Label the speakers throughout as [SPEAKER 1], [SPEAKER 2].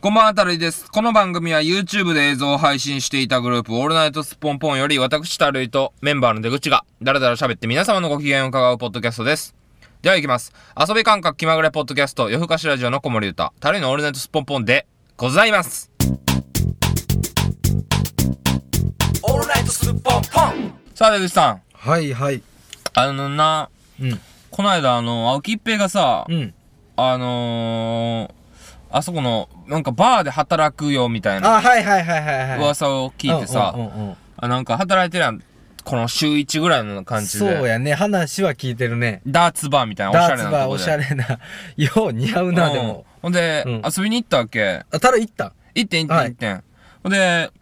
[SPEAKER 1] こんばんはたるいです。この番組は YouTube で映像を配信していたグループ、オールナイトスッポンポンより、私たるいとメンバーの出口が、だらだら喋って皆様のご機嫌を伺うポッドキャストです。では行きます。遊び感覚気まぐれポッドキャスト、夜更かしラジオの子守歌、たるいのオールナイトスッポンポンで、ございます。
[SPEAKER 2] オールナイトスッポンポン
[SPEAKER 1] さあ、出口さん。
[SPEAKER 2] はいはい。
[SPEAKER 1] あのな、
[SPEAKER 2] うん。
[SPEAKER 1] この間、あの、青木一平がさ、
[SPEAKER 2] うん。
[SPEAKER 1] あのー、あそこの、なんかバーで働くよみたいな
[SPEAKER 2] あ、はいはいはいはいはい。
[SPEAKER 1] 噂を聞いてさ、
[SPEAKER 2] うんうんうんうん
[SPEAKER 1] あなんか働いてるやん、この週1ぐらいの感じ
[SPEAKER 2] そ
[SPEAKER 1] で。
[SPEAKER 2] うやね。話は聞いてるね。
[SPEAKER 1] ダーツバーみたいな、おしゃ
[SPEAKER 2] ダー
[SPEAKER 1] れ
[SPEAKER 2] ツ
[SPEAKER 1] なと
[SPEAKER 2] バー
[SPEAKER 1] こ
[SPEAKER 2] お
[SPEAKER 1] で。
[SPEAKER 2] しゃれな。 よう似合うな、で
[SPEAKER 1] うん
[SPEAKER 2] も。
[SPEAKER 1] ほんで、
[SPEAKER 2] うん
[SPEAKER 1] 遊びに行ったわけ。
[SPEAKER 2] あ、ただ行った。
[SPEAKER 1] 1点、1点、
[SPEAKER 2] はい
[SPEAKER 1] 1点。ほんで、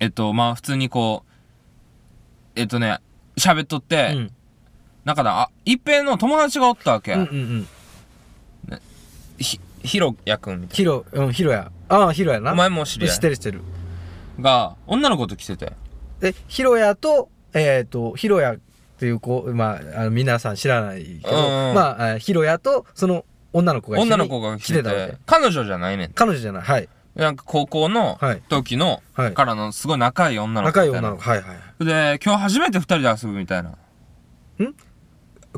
[SPEAKER 1] えっと、まあ、普通にこう、えっとね、喋っとって、
[SPEAKER 2] うん。
[SPEAKER 1] なんかな、あ、一平の友達がおったわけ。
[SPEAKER 2] うんうんうん。
[SPEAKER 1] ひ、ひろやくんみたい
[SPEAKER 2] ヒロ、うん、ヒロや。ああ、ヒロや
[SPEAKER 1] な。
[SPEAKER 2] な。
[SPEAKER 1] お前も知り合
[SPEAKER 2] 知って
[SPEAKER 1] い
[SPEAKER 2] る知ってる。
[SPEAKER 1] が、女の子と来てて。
[SPEAKER 2] え、ヒロやと、えっと、ヒロやっていう子、まあ、あの皆さん知らないけど、
[SPEAKER 1] うんうん
[SPEAKER 2] まああ、ヒロやと、その女の子が一緒に
[SPEAKER 1] 女の子が来て
[SPEAKER 2] 来てたわ
[SPEAKER 1] て
[SPEAKER 2] け。
[SPEAKER 1] 彼女じゃないねん。
[SPEAKER 2] 彼女じゃない。はい。
[SPEAKER 1] なんか高校の
[SPEAKER 2] はい
[SPEAKER 1] 時の、
[SPEAKER 2] はい。
[SPEAKER 1] からのすごい仲いい女の子み
[SPEAKER 2] 若
[SPEAKER 1] た
[SPEAKER 2] い
[SPEAKER 1] いな。
[SPEAKER 2] 女の子。はいはい。
[SPEAKER 1] で、今日初めて二人で遊ぶみたいな。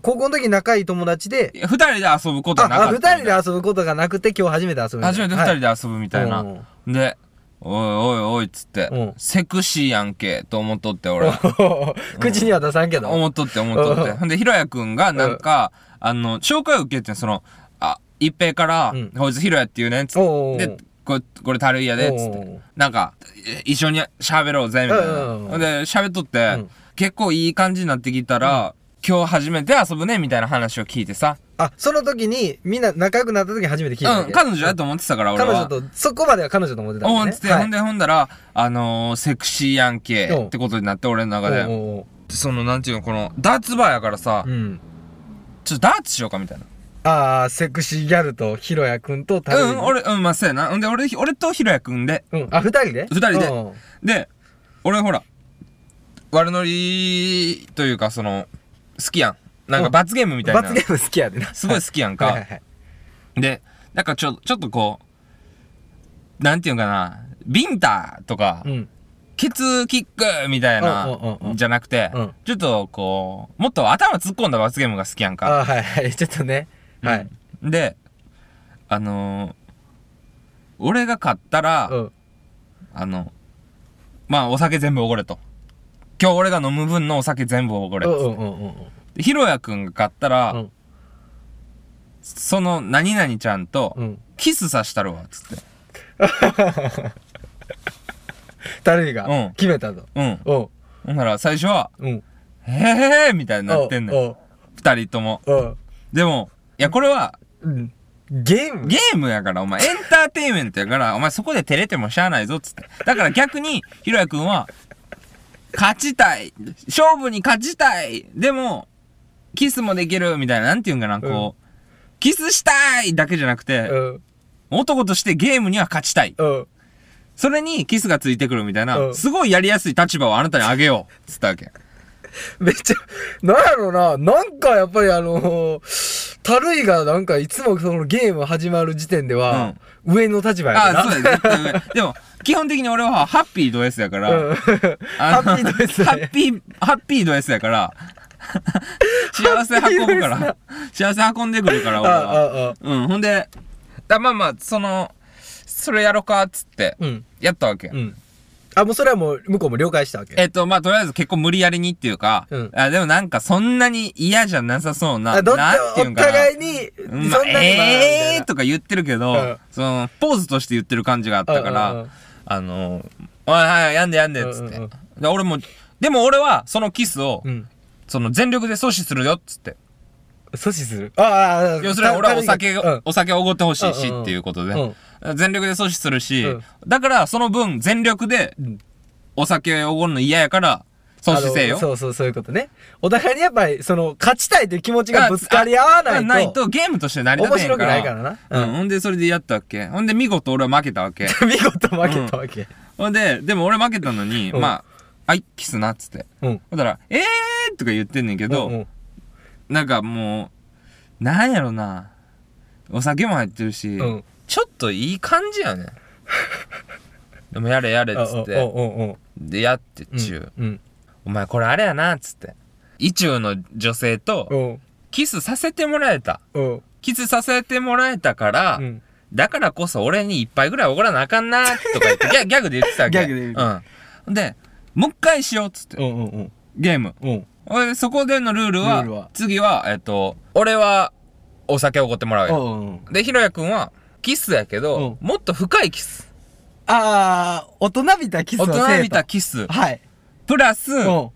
[SPEAKER 2] 高校の時仲いい友達で
[SPEAKER 1] い、や二人で遊ぶことはな
[SPEAKER 2] あ、
[SPEAKER 1] か
[SPEAKER 2] あ
[SPEAKER 1] っ
[SPEAKER 2] 二
[SPEAKER 1] た
[SPEAKER 2] 人で遊ぶことがなくて今日初めて遊ぶみたいな。
[SPEAKER 1] 初めて二人で遊ぶみたいな。
[SPEAKER 2] はいうん
[SPEAKER 1] で、おいおいおいっつって
[SPEAKER 2] うん、
[SPEAKER 1] セクシーやんけ、と思っとって俺。
[SPEAKER 2] 口には出さんけど。
[SPEAKER 1] 思っとって思っとっ
[SPEAKER 2] う
[SPEAKER 1] て。
[SPEAKER 2] ん
[SPEAKER 1] ほんで、ひろやくんがなんか、あの、紹介を受けてん、その、あ、一平から
[SPEAKER 2] うん、
[SPEAKER 1] こいつひろやっていうね、つって。
[SPEAKER 2] おうおうおう
[SPEAKER 1] で、ここれたるいやで、つっ
[SPEAKER 2] おうおうお
[SPEAKER 1] て
[SPEAKER 2] う。
[SPEAKER 1] なんか、い一緒に喋ろうぜ、みたい
[SPEAKER 2] うんうんう
[SPEAKER 1] な。
[SPEAKER 2] ん
[SPEAKER 1] ほんで、喋っとって
[SPEAKER 2] うん、
[SPEAKER 1] 結構いい感じになってきたら、今日初めて遊ぶね、みたいな話を聞いてさ。
[SPEAKER 2] あ、その時に、みんな仲良くなった時に初めて聞いたわ
[SPEAKER 1] う
[SPEAKER 2] け。
[SPEAKER 1] ん、彼女だと思ってたから、俺
[SPEAKER 2] 彼
[SPEAKER 1] は
[SPEAKER 2] 女。と、そこまでは彼女と思ってた
[SPEAKER 1] お
[SPEAKER 2] も
[SPEAKER 1] うんん
[SPEAKER 2] ね。
[SPEAKER 1] つって、
[SPEAKER 2] はい
[SPEAKER 1] ほんでほんだら、あのー、セクシーやんけ
[SPEAKER 2] うん
[SPEAKER 1] ってことになって俺の中
[SPEAKER 2] おう
[SPEAKER 1] で、
[SPEAKER 2] おうおう
[SPEAKER 1] そのなんていうの、この、ダーツバーやからさ、
[SPEAKER 2] うん。
[SPEAKER 1] ちょっとダーツしようかみたいな。
[SPEAKER 2] あー、セクシーギャルとヒロヤくんとタルイ
[SPEAKER 1] うん、俺、うん、まあ、そうやな。ほんで、俺、俺とヒロヤくんで、
[SPEAKER 2] うん。あ、二人で
[SPEAKER 1] 二人で
[SPEAKER 2] うん
[SPEAKER 1] で、俺ほら、悪ノリというか、その、好きやん。なんか
[SPEAKER 2] うん
[SPEAKER 1] 罰ゲームみたいな。
[SPEAKER 2] 罰ゲーム好きやでな。
[SPEAKER 1] すごい好きやん
[SPEAKER 2] はいは
[SPEAKER 1] か
[SPEAKER 2] い。はい。
[SPEAKER 1] で、なんかちょ、ちょっとこう、なんていうんかな、ビンタとか、
[SPEAKER 2] うん。
[SPEAKER 1] ケツキックみたい
[SPEAKER 2] うんうん
[SPEAKER 1] な
[SPEAKER 2] うんう、ん
[SPEAKER 1] じゃなくて
[SPEAKER 2] うん、
[SPEAKER 1] ちょっとこう、もっと頭突っ込んだ罰ゲームが好きやんか。
[SPEAKER 2] あー、はいはい。ちょっとね。はい。
[SPEAKER 1] で、あのー、俺が勝った
[SPEAKER 2] う
[SPEAKER 1] ら、
[SPEAKER 2] ん。
[SPEAKER 1] あの、まあお酒全部おごれと。今日俺が飲む分のお酒全部おごれ
[SPEAKER 2] うん
[SPEAKER 1] と。
[SPEAKER 2] うんうんうんうん。
[SPEAKER 1] でひろやくんが勝ったら、
[SPEAKER 2] うん
[SPEAKER 1] その何々ちゃんと
[SPEAKER 2] う、ん。
[SPEAKER 1] キスさしたるわ、つって。
[SPEAKER 2] タルイ
[SPEAKER 1] う
[SPEAKER 2] が
[SPEAKER 1] ん
[SPEAKER 2] 決めたと。
[SPEAKER 1] うん。
[SPEAKER 2] おう
[SPEAKER 1] ほんなら最初は、
[SPEAKER 2] うん。
[SPEAKER 1] へえーみたいになってんねん。
[SPEAKER 2] おう
[SPEAKER 1] 二人とも。
[SPEAKER 2] おう
[SPEAKER 1] でも、いやこれは、
[SPEAKER 2] うん。ゲーム
[SPEAKER 1] ゲームやから、お前、エンターテインメントやから、お前そこで照れてもしゃあないぞ、つって。だから逆に、ひろやくんは、勝ちたい勝負に勝ちたいでも、キスもできるみたいな、なんていうんかな、こう、キスしたいだけじゃなくて、
[SPEAKER 2] うん。
[SPEAKER 1] 男としてゲームには勝ちたい。
[SPEAKER 2] うん。
[SPEAKER 1] それにキスがついてくるみたいな、
[SPEAKER 2] うん
[SPEAKER 1] すごいやりやすい立場をあなたにあげよう、つったわけ。
[SPEAKER 2] めっちゃ、なんやろな、なんかやっぱりあのー、たるいがなんかいつもそのゲーム始まる時点では、上の立場やから
[SPEAKER 1] ああ、そうだよ、絶対上。でも、基本的に俺はハッピード S やから、
[SPEAKER 2] うん ハ
[SPEAKER 1] あの
[SPEAKER 2] ッピードレス
[SPEAKER 1] ハ
[SPEAKER 2] だ
[SPEAKER 1] ッ
[SPEAKER 2] ね。
[SPEAKER 1] ピー、ハッピード S や から、幸せ運ぶから、幸せ運んでくるから、
[SPEAKER 2] あ
[SPEAKER 1] 俺
[SPEAKER 2] あ
[SPEAKER 1] は。、
[SPEAKER 2] ああ、
[SPEAKER 1] うん、ほんで、だまあまあ、その、それやろか、っつって、
[SPEAKER 2] うん、
[SPEAKER 1] やったわけ。
[SPEAKER 2] うん。あ、もうそれはもう向こうも了解したわけ。
[SPEAKER 1] えっと、まあ、とりあえず結構無理やりにっていうか、
[SPEAKER 2] うん
[SPEAKER 1] あでもなんかそんなに嫌じゃなさそうな、
[SPEAKER 2] あどっ
[SPEAKER 1] なんて
[SPEAKER 2] ち
[SPEAKER 1] いうん
[SPEAKER 2] もお
[SPEAKER 1] かな。
[SPEAKER 2] 互いに、そん
[SPEAKER 1] うん
[SPEAKER 2] な
[SPEAKER 1] まあ
[SPEAKER 2] には
[SPEAKER 1] ええー
[SPEAKER 2] み
[SPEAKER 1] とか言ってるけど、
[SPEAKER 2] うん
[SPEAKER 1] その、ポーズとして言ってる感じがあったた
[SPEAKER 2] いな
[SPEAKER 1] から、
[SPEAKER 2] うんうんうん
[SPEAKER 1] あの、おいはい、やんでやんで、つって。
[SPEAKER 2] うんうん
[SPEAKER 1] で俺も、でも俺は、そのキスを、
[SPEAKER 2] うん。
[SPEAKER 1] その全力で阻止するよ、っつって。
[SPEAKER 2] 阻止するああああ、
[SPEAKER 1] 要するに俺はお酒
[SPEAKER 2] たるいが
[SPEAKER 1] を、お酒をおごってほしいし
[SPEAKER 2] うんうんうん
[SPEAKER 1] っていうことで
[SPEAKER 2] うん、
[SPEAKER 1] 全力で阻止するし
[SPEAKER 2] うん、
[SPEAKER 1] だからその分全力で
[SPEAKER 2] うん
[SPEAKER 1] お酒をおごるの嫌やから、阻止せ
[SPEAKER 2] あの
[SPEAKER 1] よ。
[SPEAKER 2] そうそう、そういうことね。お互いにやっぱり、その、勝ちたいという気持ちがぶつかり合わないと。
[SPEAKER 1] ないとゲームとして成り立てへんから。
[SPEAKER 2] 面白くないか
[SPEAKER 1] う。
[SPEAKER 2] らなんうん
[SPEAKER 1] ほんで、それでやったわけ。ほんで、見事俺は負けたわ け。
[SPEAKER 2] 見事負けたわけ。
[SPEAKER 1] ほんで、でも俺負けたのに、
[SPEAKER 2] うん
[SPEAKER 1] まあ、はい、キスな、っつって。
[SPEAKER 2] うん。
[SPEAKER 1] ほんだら、えーとか言ってんねんけ
[SPEAKER 2] うんう
[SPEAKER 1] ど、
[SPEAKER 2] ん
[SPEAKER 1] なんかもう、なんやろな。お酒も入ってるし、
[SPEAKER 2] うん。
[SPEAKER 1] ちょっといい感じやねんでもやれやれっつっ
[SPEAKER 2] あ
[SPEAKER 1] て
[SPEAKER 2] おんおんおん
[SPEAKER 1] でやって
[SPEAKER 2] うん
[SPEAKER 1] チュー、
[SPEAKER 2] うん
[SPEAKER 1] お前これあれやなっつって意中の女性
[SPEAKER 2] う
[SPEAKER 1] と
[SPEAKER 2] ん
[SPEAKER 1] キスさせてもらえた
[SPEAKER 2] うん
[SPEAKER 1] キスさせてもらえたから、
[SPEAKER 2] うん
[SPEAKER 1] だからこそ俺に一杯ぐらいおごらなあかんなとか言ってギャギャグで言ってたわけ
[SPEAKER 2] ギャグで言う
[SPEAKER 1] うんでもう一回しようっつって
[SPEAKER 2] うんうん
[SPEAKER 1] ゲーム
[SPEAKER 2] うん
[SPEAKER 1] ほいでそこでのルールは
[SPEAKER 2] ルールは
[SPEAKER 1] 次はえっと俺はお酒おごってもらうよ
[SPEAKER 2] うん
[SPEAKER 1] でひろやくんはキスやけど、もっと深いキス
[SPEAKER 2] ああ大人びたキス
[SPEAKER 1] 大
[SPEAKER 2] はせえと
[SPEAKER 1] 人びたキス
[SPEAKER 2] はい
[SPEAKER 1] プラス、
[SPEAKER 2] うん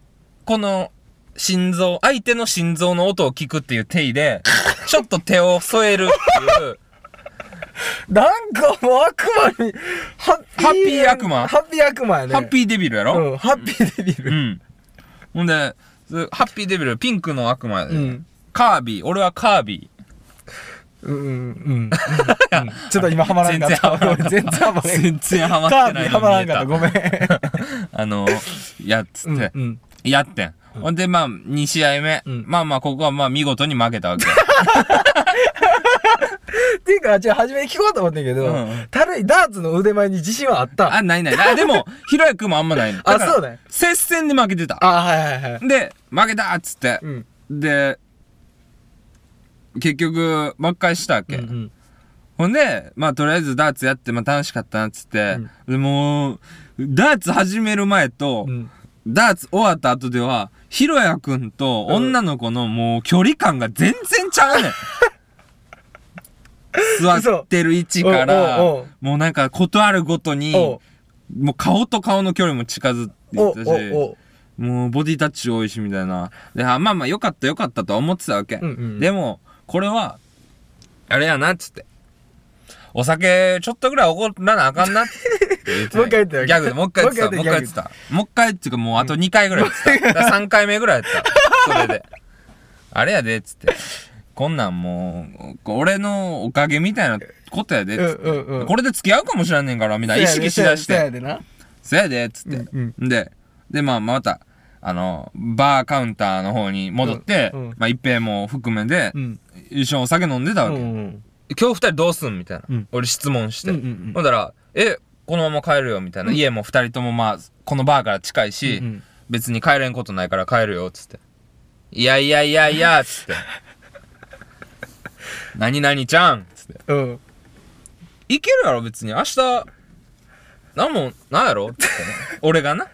[SPEAKER 1] この心臓相手の心臓の音を聞くっていう手 でちょっと手を添えるっていう
[SPEAKER 2] なんかもう悪魔に、ハッ
[SPEAKER 1] ハッピー悪魔
[SPEAKER 2] ハッピー悪魔やね。
[SPEAKER 1] ハッ
[SPEAKER 2] ー。
[SPEAKER 1] ピーデビルやろ、
[SPEAKER 2] うん、ハッピーデビ
[SPEAKER 1] う
[SPEAKER 2] ル。
[SPEAKER 1] ん。ほんで、ずハッピーデビル、ピンクの悪魔やで、
[SPEAKER 2] うん。
[SPEAKER 1] カービィ、俺はカー ビ
[SPEAKER 2] うん、 うん、うん。ちょっと今ハマらんかった。
[SPEAKER 1] 全
[SPEAKER 2] 全然ハ
[SPEAKER 1] ィ。
[SPEAKER 2] マらんかっ
[SPEAKER 1] 全然ハマ
[SPEAKER 2] た。
[SPEAKER 1] っ
[SPEAKER 2] カ
[SPEAKER 1] てな
[SPEAKER 2] ービィ
[SPEAKER 1] い
[SPEAKER 2] ハ
[SPEAKER 1] の
[SPEAKER 2] マら
[SPEAKER 1] に
[SPEAKER 2] ん
[SPEAKER 1] 見え
[SPEAKER 2] かったた。。ごめん。
[SPEAKER 1] あの、やっつ
[SPEAKER 2] う
[SPEAKER 1] っ
[SPEAKER 2] ん
[SPEAKER 1] て、
[SPEAKER 2] うん。
[SPEAKER 1] やってん。ほんで、まあ、2試合目。
[SPEAKER 2] うん
[SPEAKER 1] まあまあ、ここはまあ、見事に負けたわけ。
[SPEAKER 2] っていうか、じゃあ初めに聞こうと思ったんやけど
[SPEAKER 1] うんうん、
[SPEAKER 2] たるいダーツの腕前に自信はあった。
[SPEAKER 1] あ、ないない。あ、でも、ひろやくんもあんまないの。
[SPEAKER 2] あ、
[SPEAKER 1] だから
[SPEAKER 2] そうだよ。
[SPEAKER 1] 接戦で負けてた。
[SPEAKER 2] あ、はいはいはい。
[SPEAKER 1] で、負けたっつって
[SPEAKER 2] う。ん。
[SPEAKER 1] で、結局、ばっかりしたわ
[SPEAKER 2] う
[SPEAKER 1] け。
[SPEAKER 2] んうん。
[SPEAKER 1] ほんで、まあとりあえずダーツやって、まあ楽しかったなっつって、でもう、ダーツ始める前と、
[SPEAKER 2] うん
[SPEAKER 1] ダーツ終わった後では、ひろやくんと女の子のもう距離感が全然ち ゃうねん。座ってる位置から、
[SPEAKER 2] おうおうおう
[SPEAKER 1] もうなんかことあるごとに、
[SPEAKER 2] おう
[SPEAKER 1] もう顔と顔の距離も近づい
[SPEAKER 2] お
[SPEAKER 1] てたし、
[SPEAKER 2] おお
[SPEAKER 1] もうボディタッチ多いしみたいな。で、あまあまあよかったよかったとは思ってたわけ。
[SPEAKER 2] うんうん
[SPEAKER 1] でも、これは、あれやなっつって。お酒ちょっとぐらいおごらなあかんなって言ってた
[SPEAKER 2] もう一回言ったよ
[SPEAKER 1] ギャグでもう一回言ってた。もう
[SPEAKER 2] も
[SPEAKER 1] 一
[SPEAKER 2] う一
[SPEAKER 1] 回言っ
[SPEAKER 2] 回言ってて
[SPEAKER 1] た。もう一回っていうかもうあと2回ぐらい言って た。だから3回目ぐらいやった。それで。あれやでっつって。こんなんもう、俺のおかげみたいなことやでっ
[SPEAKER 2] うん
[SPEAKER 1] つっ
[SPEAKER 2] うんう
[SPEAKER 1] て。
[SPEAKER 2] ん。
[SPEAKER 1] これで付き合うかもしらんねんから、みたいな意識しだし
[SPEAKER 2] そうや
[SPEAKER 1] て。
[SPEAKER 2] でな。
[SPEAKER 1] そやでっつって。
[SPEAKER 2] うん
[SPEAKER 1] で、で、まあ、また、あの、バーカウンターの方に戻って、
[SPEAKER 2] うんうん
[SPEAKER 1] まあ、一平も含めて
[SPEAKER 2] う、ん。
[SPEAKER 1] 一緒にお酒飲んでた
[SPEAKER 2] う
[SPEAKER 1] わけ。
[SPEAKER 2] ん。
[SPEAKER 1] 今日二人どうすんみたいな、
[SPEAKER 2] うん
[SPEAKER 1] 俺質問して、
[SPEAKER 2] うんうんうん
[SPEAKER 1] ほんだら「えこのまま帰るよ」みたいな、家も二人ともまあこのバーから近いし、
[SPEAKER 2] うんうん
[SPEAKER 1] 別に帰れんことないから帰るよっつって「いやいやいやいや」っつって 「何々ちゃん」っつって
[SPEAKER 2] うん。
[SPEAKER 1] 「いけるやろ別に明日何もなんやろ?」っつってね俺がな、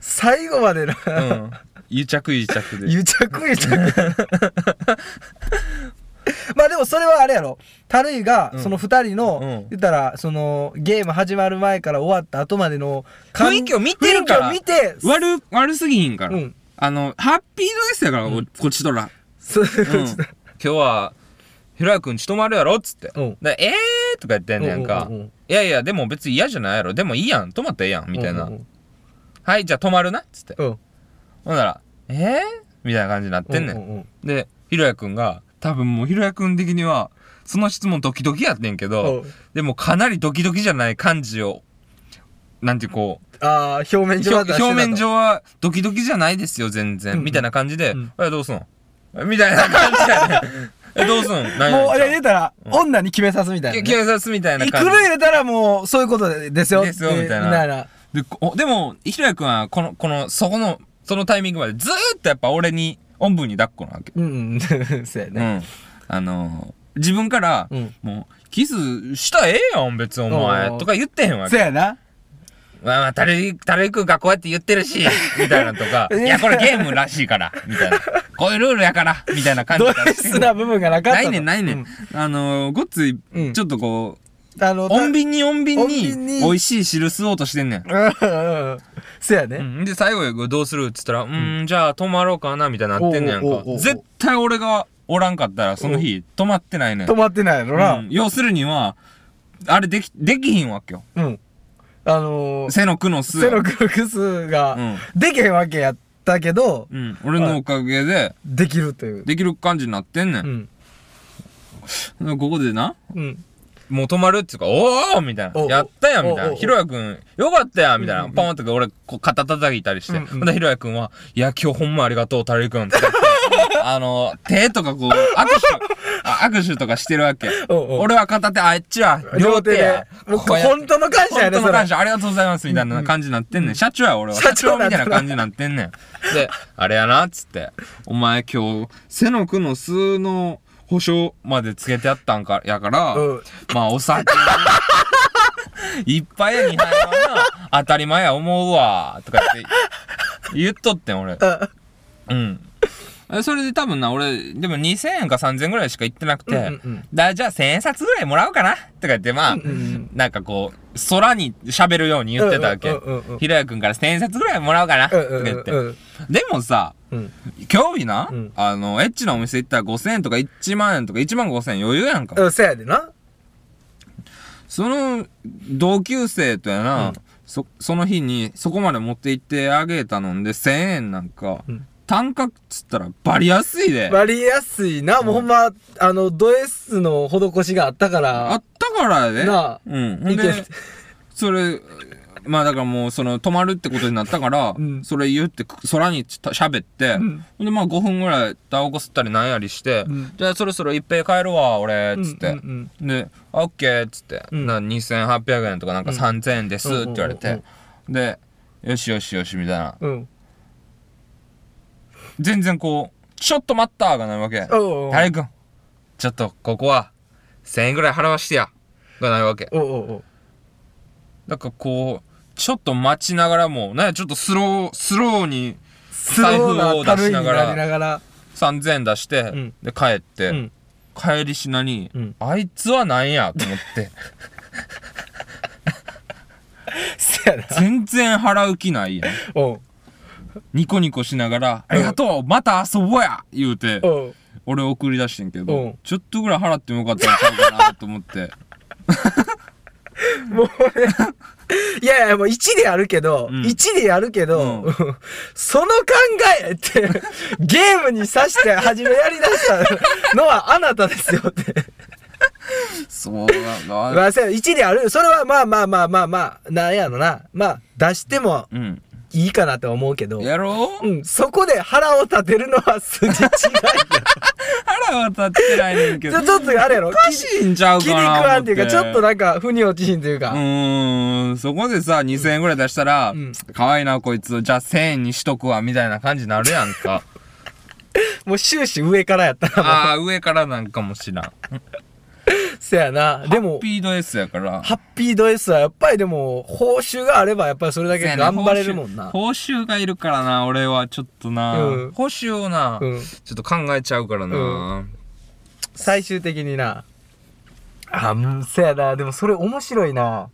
[SPEAKER 2] 最後までな。
[SPEAKER 1] うん、癒着癒着で
[SPEAKER 2] 癒着 癒着まあでもそれはあれやろたるいが
[SPEAKER 1] うん
[SPEAKER 2] その二人の、
[SPEAKER 1] うん
[SPEAKER 2] 言ったらそのゲーム始まる前から終わった後までの感
[SPEAKER 1] 雰囲気を見てるから
[SPEAKER 2] 雰囲気を見て
[SPEAKER 1] 悪悪すぎひんから、
[SPEAKER 2] うん
[SPEAKER 1] あのハッピードですやから、ここっちとら
[SPEAKER 2] そ
[SPEAKER 1] うん、今日はひろやくんち泊まるやろっつって「
[SPEAKER 2] うん
[SPEAKER 1] でえー」とか言ってんねやんか「
[SPEAKER 2] うんうんうん
[SPEAKER 1] いやいやでも別に嫌じゃないやろでもいいやん泊まったらええやん」みたいな「
[SPEAKER 2] うん
[SPEAKER 1] はいじゃあ泊まるな」っつって
[SPEAKER 2] うん
[SPEAKER 1] ほんなら「えー?」みたいな感じになってんねん、
[SPEAKER 2] うんうん
[SPEAKER 1] でひろやくんが多分もうひろやくん的にはその質問ドキドキやってんけど、
[SPEAKER 2] うん
[SPEAKER 1] でもかなりドキドキじゃない感じをなんていうこう
[SPEAKER 2] ああ表面
[SPEAKER 1] 表
[SPEAKER 2] 上は出してたと
[SPEAKER 1] 表面上はドキドキじゃないですよ全然、
[SPEAKER 2] うんうん
[SPEAKER 1] みたいな感じで「
[SPEAKER 2] うん
[SPEAKER 1] えどうすん?」みたいな感じやねえどうすん何々
[SPEAKER 2] もう
[SPEAKER 1] ち
[SPEAKER 2] あ
[SPEAKER 1] ゃ
[SPEAKER 2] れ
[SPEAKER 1] ん
[SPEAKER 2] 言うたら、
[SPEAKER 1] うん
[SPEAKER 2] 女に決めさすみたいな、ね、
[SPEAKER 1] 警察みたいない
[SPEAKER 2] く
[SPEAKER 1] 感
[SPEAKER 2] る
[SPEAKER 1] じ
[SPEAKER 2] 入れたらもうそういうことですよ
[SPEAKER 1] ですよみたいな
[SPEAKER 2] えー
[SPEAKER 1] でこでもひろやくんはこのこのそこのそのタイミングまでずーっとやっぱ俺におんぶに抱っこなわけ、
[SPEAKER 2] うん うんそうや
[SPEAKER 1] う
[SPEAKER 2] ね
[SPEAKER 1] んあのー自分から、
[SPEAKER 2] うん
[SPEAKER 1] もうキスしたらええやん別にお前
[SPEAKER 2] おー
[SPEAKER 1] とか言ってへんわ
[SPEAKER 2] そ
[SPEAKER 1] け
[SPEAKER 2] うやな
[SPEAKER 1] まあまあたるいたるいくんがこうやって言ってるし みたいなのとかいやこれゲームらしいからみたいなこういうルールやからみたいな感じ
[SPEAKER 2] ド
[SPEAKER 1] だ
[SPEAKER 2] レスな部分がなかった
[SPEAKER 1] な
[SPEAKER 2] と
[SPEAKER 1] いねんないねん、
[SPEAKER 2] うん
[SPEAKER 1] あのーごっつい
[SPEAKER 2] うん
[SPEAKER 1] ちょっとこう、
[SPEAKER 2] あの
[SPEAKER 1] 穏 便に穏便
[SPEAKER 2] 穏便
[SPEAKER 1] に
[SPEAKER 2] に
[SPEAKER 1] 美味しい汁吸おうとしてんねん
[SPEAKER 2] うんうんそやね、
[SPEAKER 1] うん、で最後にどうするっつったら「うーんじゃあ泊まろうかな」みたいになってんねやん
[SPEAKER 2] おうおう
[SPEAKER 1] か
[SPEAKER 2] おうおう
[SPEAKER 1] 絶対俺がおらんかったらその日泊まってないねん、
[SPEAKER 2] 止まってないやろ
[SPEAKER 1] う、
[SPEAKER 2] なん
[SPEAKER 1] 要するにはあれできできひんわけよ
[SPEAKER 2] うん、あのー、
[SPEAKER 1] 背の苦の数
[SPEAKER 2] セロクロクスができへんわけやったけど、
[SPEAKER 1] うん、俺のおかげで
[SPEAKER 2] できるという
[SPEAKER 1] できる感じになってんね、
[SPEAKER 2] うんん
[SPEAKER 1] ここでな
[SPEAKER 2] うん
[SPEAKER 1] もう泊まるっつうか「おお!」みたいな
[SPEAKER 2] お
[SPEAKER 1] 「
[SPEAKER 2] う
[SPEAKER 1] やったやん」みたい
[SPEAKER 2] おう
[SPEAKER 1] な
[SPEAKER 2] おう
[SPEAKER 1] 「
[SPEAKER 2] おう
[SPEAKER 1] ひろやくんよかったやん」みたいな、
[SPEAKER 2] うんうんうん
[SPEAKER 1] ポンって俺こう肩叩いたりして、
[SPEAKER 2] うんうん
[SPEAKER 1] ほんでひろやくんは「いや今日ほんまありがとうたるいくん」って言って あの、手とかこう、握手、あ握手とかしてるわけ。
[SPEAKER 2] おうおう
[SPEAKER 1] 俺は片手、あっちは、両
[SPEAKER 2] 両
[SPEAKER 1] 手
[SPEAKER 2] 手で
[SPEAKER 1] や。。
[SPEAKER 2] もう
[SPEAKER 1] こうやって
[SPEAKER 2] 本当の感謝や
[SPEAKER 1] 本
[SPEAKER 2] ね、
[SPEAKER 1] 当の
[SPEAKER 2] それ
[SPEAKER 1] 感。謝ありがとうございますみたいな感じになってんねん。社長や俺は。社
[SPEAKER 2] 社
[SPEAKER 1] 長
[SPEAKER 2] 長
[SPEAKER 1] み
[SPEAKER 2] なんだ
[SPEAKER 1] たいな感じになってんねん。で、あれやなっつって、お前今日、背の区の数の保証までつけてあったんか、やから、
[SPEAKER 2] うん
[SPEAKER 1] まあお酒、 いっぱいや2杯はな、当たり前や思うわ、とかって言っとってん俺。
[SPEAKER 2] あ
[SPEAKER 1] うん。それで多分な、俺、でも2000円か3000円ぐらいしか行ってなくて、
[SPEAKER 2] うんうんうん
[SPEAKER 1] だじゃあ1000円札ぐらいもらおうかなとか言って、まあ、
[SPEAKER 2] うんうん
[SPEAKER 1] なんかこう、空に喋るように言ってたわけ
[SPEAKER 2] うんうんうんうん。
[SPEAKER 1] ひろやくんから1000円札ぐらいもらおうかなと
[SPEAKER 2] うん
[SPEAKER 1] か
[SPEAKER 2] うん
[SPEAKER 1] 言って
[SPEAKER 2] う。ん
[SPEAKER 1] でもさ、
[SPEAKER 2] うん。
[SPEAKER 1] 今日な、
[SPEAKER 2] うん
[SPEAKER 1] あの、エッチなお店行ったら5000円とか1万円とか1万5000円余裕やんか。
[SPEAKER 2] うん、せやでな。
[SPEAKER 1] その、同級生とやな、
[SPEAKER 2] うん
[SPEAKER 1] そ、その日にそこまで持って行ってあげたのんで1000円なんか、
[SPEAKER 2] うん
[SPEAKER 1] 単価っつったらバリ安いで。
[SPEAKER 2] 割りやすいな。もうほんま、あの、ド S の施しがあったか
[SPEAKER 1] あ
[SPEAKER 2] ら
[SPEAKER 1] っ。たからやで。
[SPEAKER 2] なあ
[SPEAKER 1] うん。ほん
[SPEAKER 2] いけ
[SPEAKER 1] で、それ、まあだからもうその泊まるってことになったから、
[SPEAKER 2] うん
[SPEAKER 1] それ言ってく空にちょっと喋って、
[SPEAKER 2] ん
[SPEAKER 1] ほんでまあ5分ぐらいタバコ吸ったりなんやりして、
[SPEAKER 2] ん
[SPEAKER 1] じゃあそろそろ一平帰るわ、俺、つって。
[SPEAKER 2] うんうん
[SPEAKER 1] で、オッケーっつって、
[SPEAKER 2] うん
[SPEAKER 1] な2800円とかなんか3000円ですって言われて、
[SPEAKER 2] うんうん
[SPEAKER 1] で、よしよしよしみたいな。
[SPEAKER 2] うん。
[SPEAKER 1] 全然こう、ちょっと待ったがないわけ。
[SPEAKER 2] おうおう
[SPEAKER 1] 誰くん、ちょっとここは1000円ぐらい払わしてや。がないわけ。
[SPEAKER 2] おうおうおう
[SPEAKER 1] なんかこう、ちょっと待ちながらも、ね、ちょっとスロー、スローに
[SPEAKER 2] ス
[SPEAKER 1] 財布
[SPEAKER 2] ロー
[SPEAKER 1] を出
[SPEAKER 2] な軽
[SPEAKER 1] し
[SPEAKER 2] い
[SPEAKER 1] な
[SPEAKER 2] に
[SPEAKER 1] が
[SPEAKER 2] なり
[SPEAKER 1] ら、
[SPEAKER 2] ながら。
[SPEAKER 1] 3000円出して、
[SPEAKER 2] ん
[SPEAKER 1] で、帰って、
[SPEAKER 2] うん
[SPEAKER 1] 帰りしなに、
[SPEAKER 2] うん
[SPEAKER 1] あいつはなんやと思 って、
[SPEAKER 2] せやな。
[SPEAKER 1] 全然払う気ないやん。
[SPEAKER 2] おう
[SPEAKER 1] ニコニコしながら、ありがとうまた遊ぼうや言うて、
[SPEAKER 2] おう
[SPEAKER 1] 俺送り出してんけ
[SPEAKER 2] う
[SPEAKER 1] ど
[SPEAKER 2] ん、
[SPEAKER 1] ちょっとぐらい払ってもよかったんちゃうかなと思 って。
[SPEAKER 2] もう俺、いやいや、もう1でやるけど、
[SPEAKER 1] うん
[SPEAKER 2] 1でやるけど、
[SPEAKER 1] う
[SPEAKER 2] その考えって、ゲームにさして初めやりだしたのはあなたですよって。
[SPEAKER 1] そうなんだ。
[SPEAKER 2] まあ、せや1である。それはまあまあまあまあまあ、なんやろな。まあ、出しても
[SPEAKER 1] うん。
[SPEAKER 2] いいかなとは思うけど、
[SPEAKER 1] やろう
[SPEAKER 2] うん、そこで腹を立てるのは筋違 い
[SPEAKER 1] 腹は立ってないねんけ
[SPEAKER 2] や。
[SPEAKER 1] ど。
[SPEAKER 2] ちょ
[SPEAKER 1] お
[SPEAKER 2] ちょっとあれやろ。
[SPEAKER 1] かしいんちゃう
[SPEAKER 2] 気に
[SPEAKER 1] か
[SPEAKER 2] 食
[SPEAKER 1] な思
[SPEAKER 2] わんっていうか、ちょっと
[SPEAKER 1] う
[SPEAKER 2] なんか、腑に落ちひんというか。
[SPEAKER 1] ーん、そこでさ、2000円ぐらい出したら
[SPEAKER 2] うん、
[SPEAKER 1] 可愛いな、こいつ、じゃあ1000円にしとくわ、みたいな感じになるやん か。
[SPEAKER 2] もう終始上からやったら、
[SPEAKER 1] ああ、上からなんかもしらん。
[SPEAKER 2] せやな。でも
[SPEAKER 1] ス、ピード S やから。
[SPEAKER 2] ハッピード S はやっぱりでも、報酬があればやっぱりそれだけ頑張れるもんな。
[SPEAKER 1] 報酬報酬がいるからな、俺はちょっとな。
[SPEAKER 2] うん
[SPEAKER 1] 報酬をな、
[SPEAKER 2] うん
[SPEAKER 1] ちょっと考えちゃうからな。
[SPEAKER 2] う最終的にな。あ、うん、せやな。でもそれ面白いな。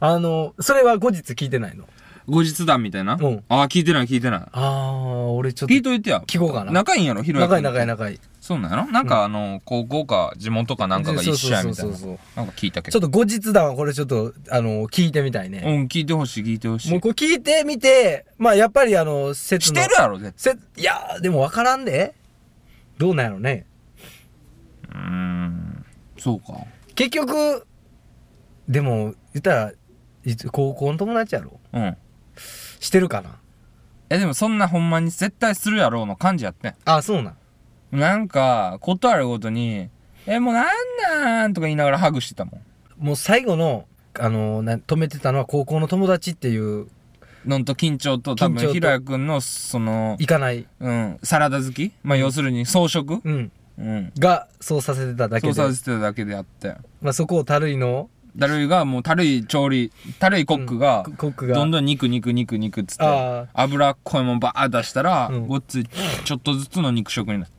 [SPEAKER 2] あの、それは後日聞いてないの。
[SPEAKER 1] 後日談みたいな。
[SPEAKER 2] うん
[SPEAKER 1] ああ、聞いてない聞いてない。
[SPEAKER 2] あー、俺ちょっ
[SPEAKER 1] 聞い
[SPEAKER 2] と
[SPEAKER 1] といてや。
[SPEAKER 2] 聞こうかな。
[SPEAKER 1] 仲いいんやろ、ヒロヤ
[SPEAKER 2] 仲い
[SPEAKER 1] 君
[SPEAKER 2] い仲いい仲いい。
[SPEAKER 1] そうなんやろなんかあの、高校か地元かなんかが一緒やみたい
[SPEAKER 2] そうそう
[SPEAKER 1] な。
[SPEAKER 2] そうそうそう
[SPEAKER 1] なんか聞いたけ
[SPEAKER 2] ちょ
[SPEAKER 1] ど。
[SPEAKER 2] っと後日談はこれちょっと、あの、聞いてみたいね。
[SPEAKER 1] うん、聞いてほしい聞いてほし
[SPEAKER 2] もう
[SPEAKER 1] い。
[SPEAKER 2] これ聞いてみて、まあやっぱりあの、説
[SPEAKER 1] し
[SPEAKER 2] の
[SPEAKER 1] てるやろ、絶
[SPEAKER 2] せいやーでも分からんでどうなんやろね
[SPEAKER 1] 対。うーん。そうか。
[SPEAKER 2] 結局でも言ったらいつ高校の友達やろ
[SPEAKER 1] うん。
[SPEAKER 2] してるかな
[SPEAKER 1] え、でもそんなほんまに絶対するやろうの感じやってん。
[SPEAKER 2] あそうなん
[SPEAKER 1] なんか、ことあるごとに、え、もうなんなんとか言いながらハグしてたも。
[SPEAKER 2] もう最後のあのーな止めてたのは高校の友達っていうん
[SPEAKER 1] のんと緊張と、多
[SPEAKER 2] 緊
[SPEAKER 1] 分
[SPEAKER 2] 張と
[SPEAKER 1] ひろやくんの、その、
[SPEAKER 2] 行かない、
[SPEAKER 1] うん、サラダ好きまあ、要するに装飾
[SPEAKER 2] うん、
[SPEAKER 1] うん。
[SPEAKER 2] がそうさせてただけ
[SPEAKER 1] そう
[SPEAKER 2] でそ,、
[SPEAKER 1] させてただけであって。
[SPEAKER 2] まあ、そこをたるいの
[SPEAKER 1] だるいが、もう、たるい調理、たるいコックが、
[SPEAKER 2] コックが
[SPEAKER 1] どんどん肉肉肉肉っつって
[SPEAKER 2] あ
[SPEAKER 1] 油っこいもんバーッ出したら、
[SPEAKER 2] うん
[SPEAKER 1] ごっついちょっとずつの肉食になる、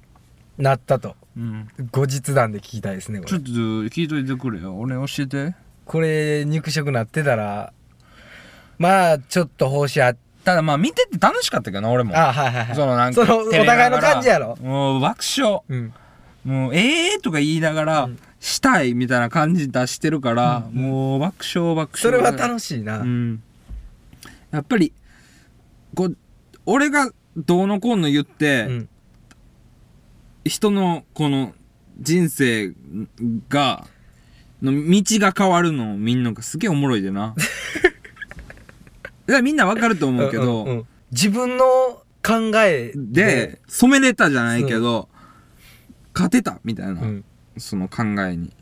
[SPEAKER 2] なったと
[SPEAKER 1] うん、
[SPEAKER 2] 後日談で聞きたいですねこ
[SPEAKER 1] ちょ
[SPEAKER 2] れ
[SPEAKER 1] っと聞いといてくれよ俺教えて
[SPEAKER 2] これ肉食なってたらまあちょっと報酬あ
[SPEAKER 1] ただまあ見てて楽しかったけどな俺も
[SPEAKER 2] あはいはいはい
[SPEAKER 1] そのなん
[SPEAKER 2] そ
[SPEAKER 1] か
[SPEAKER 2] のお
[SPEAKER 1] 照れながら
[SPEAKER 2] 互いの感じやろ
[SPEAKER 1] もう爆笑
[SPEAKER 2] うん
[SPEAKER 1] もうええー、とか言いながら、したいみたいな感じ出してるから、もう爆笑爆笑
[SPEAKER 2] それは楽しいな、
[SPEAKER 1] うん、やっぱりこう俺がどうのこうの言って、
[SPEAKER 2] うん
[SPEAKER 1] 人のこの人生がの道が変わるのを見んのがすげえおもろい でなだからみんなわかると思うけど
[SPEAKER 2] んんん自分の考え
[SPEAKER 1] で、染めれたじゃないけど、勝てたみたいな、
[SPEAKER 2] うん、
[SPEAKER 1] その考えに。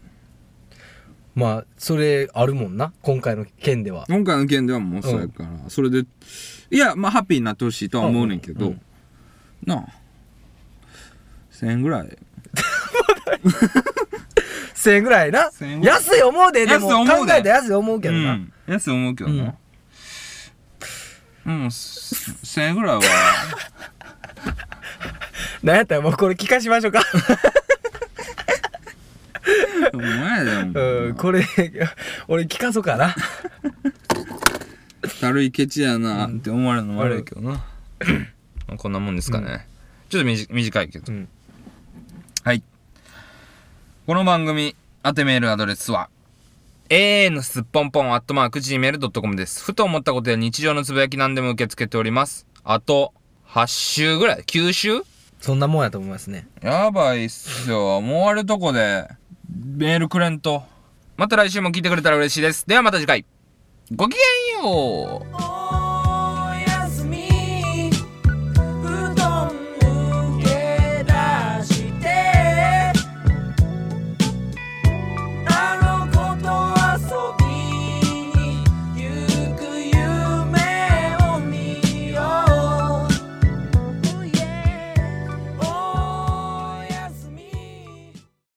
[SPEAKER 2] まあそれあるもんな今回の件では
[SPEAKER 1] 今回の件ではもうそうやから、それで、いや、まあ、ハッピーになってほしいとは思うねんけど、
[SPEAKER 2] うんうん
[SPEAKER 1] なあ、1000円ぐらい。
[SPEAKER 2] 1000円ぐらいな
[SPEAKER 1] 1000円ぐらい
[SPEAKER 2] 安い思うででも
[SPEAKER 1] 安い思う
[SPEAKER 2] 考
[SPEAKER 1] で
[SPEAKER 2] えたら安い思うけどな、
[SPEAKER 1] うん、安い思うけどな。うん、す1000円ぐらいは。
[SPEAKER 2] なんやったらもうこれ聞かしましょうか
[SPEAKER 1] お前だよ、も
[SPEAKER 2] うんこれ俺聞かそうか な
[SPEAKER 1] だるいケチやなって思われるのも悪いけどな、まあこんなもんですかね、ちょっとみじ短いけど、
[SPEAKER 2] うん
[SPEAKER 1] はいこの番組宛てメールアドレスは an すっぽんぽん gmail.com ですふと思ったことや日常のつぶやき何でも受け付けておりますあと8週ぐらい9週
[SPEAKER 2] そんなもんやと思いますね
[SPEAKER 1] やばいっすよもう終わるとこでメールくれんとまた来週も聞いてくれたら嬉しいですではまた次回ごきげんよう Oh,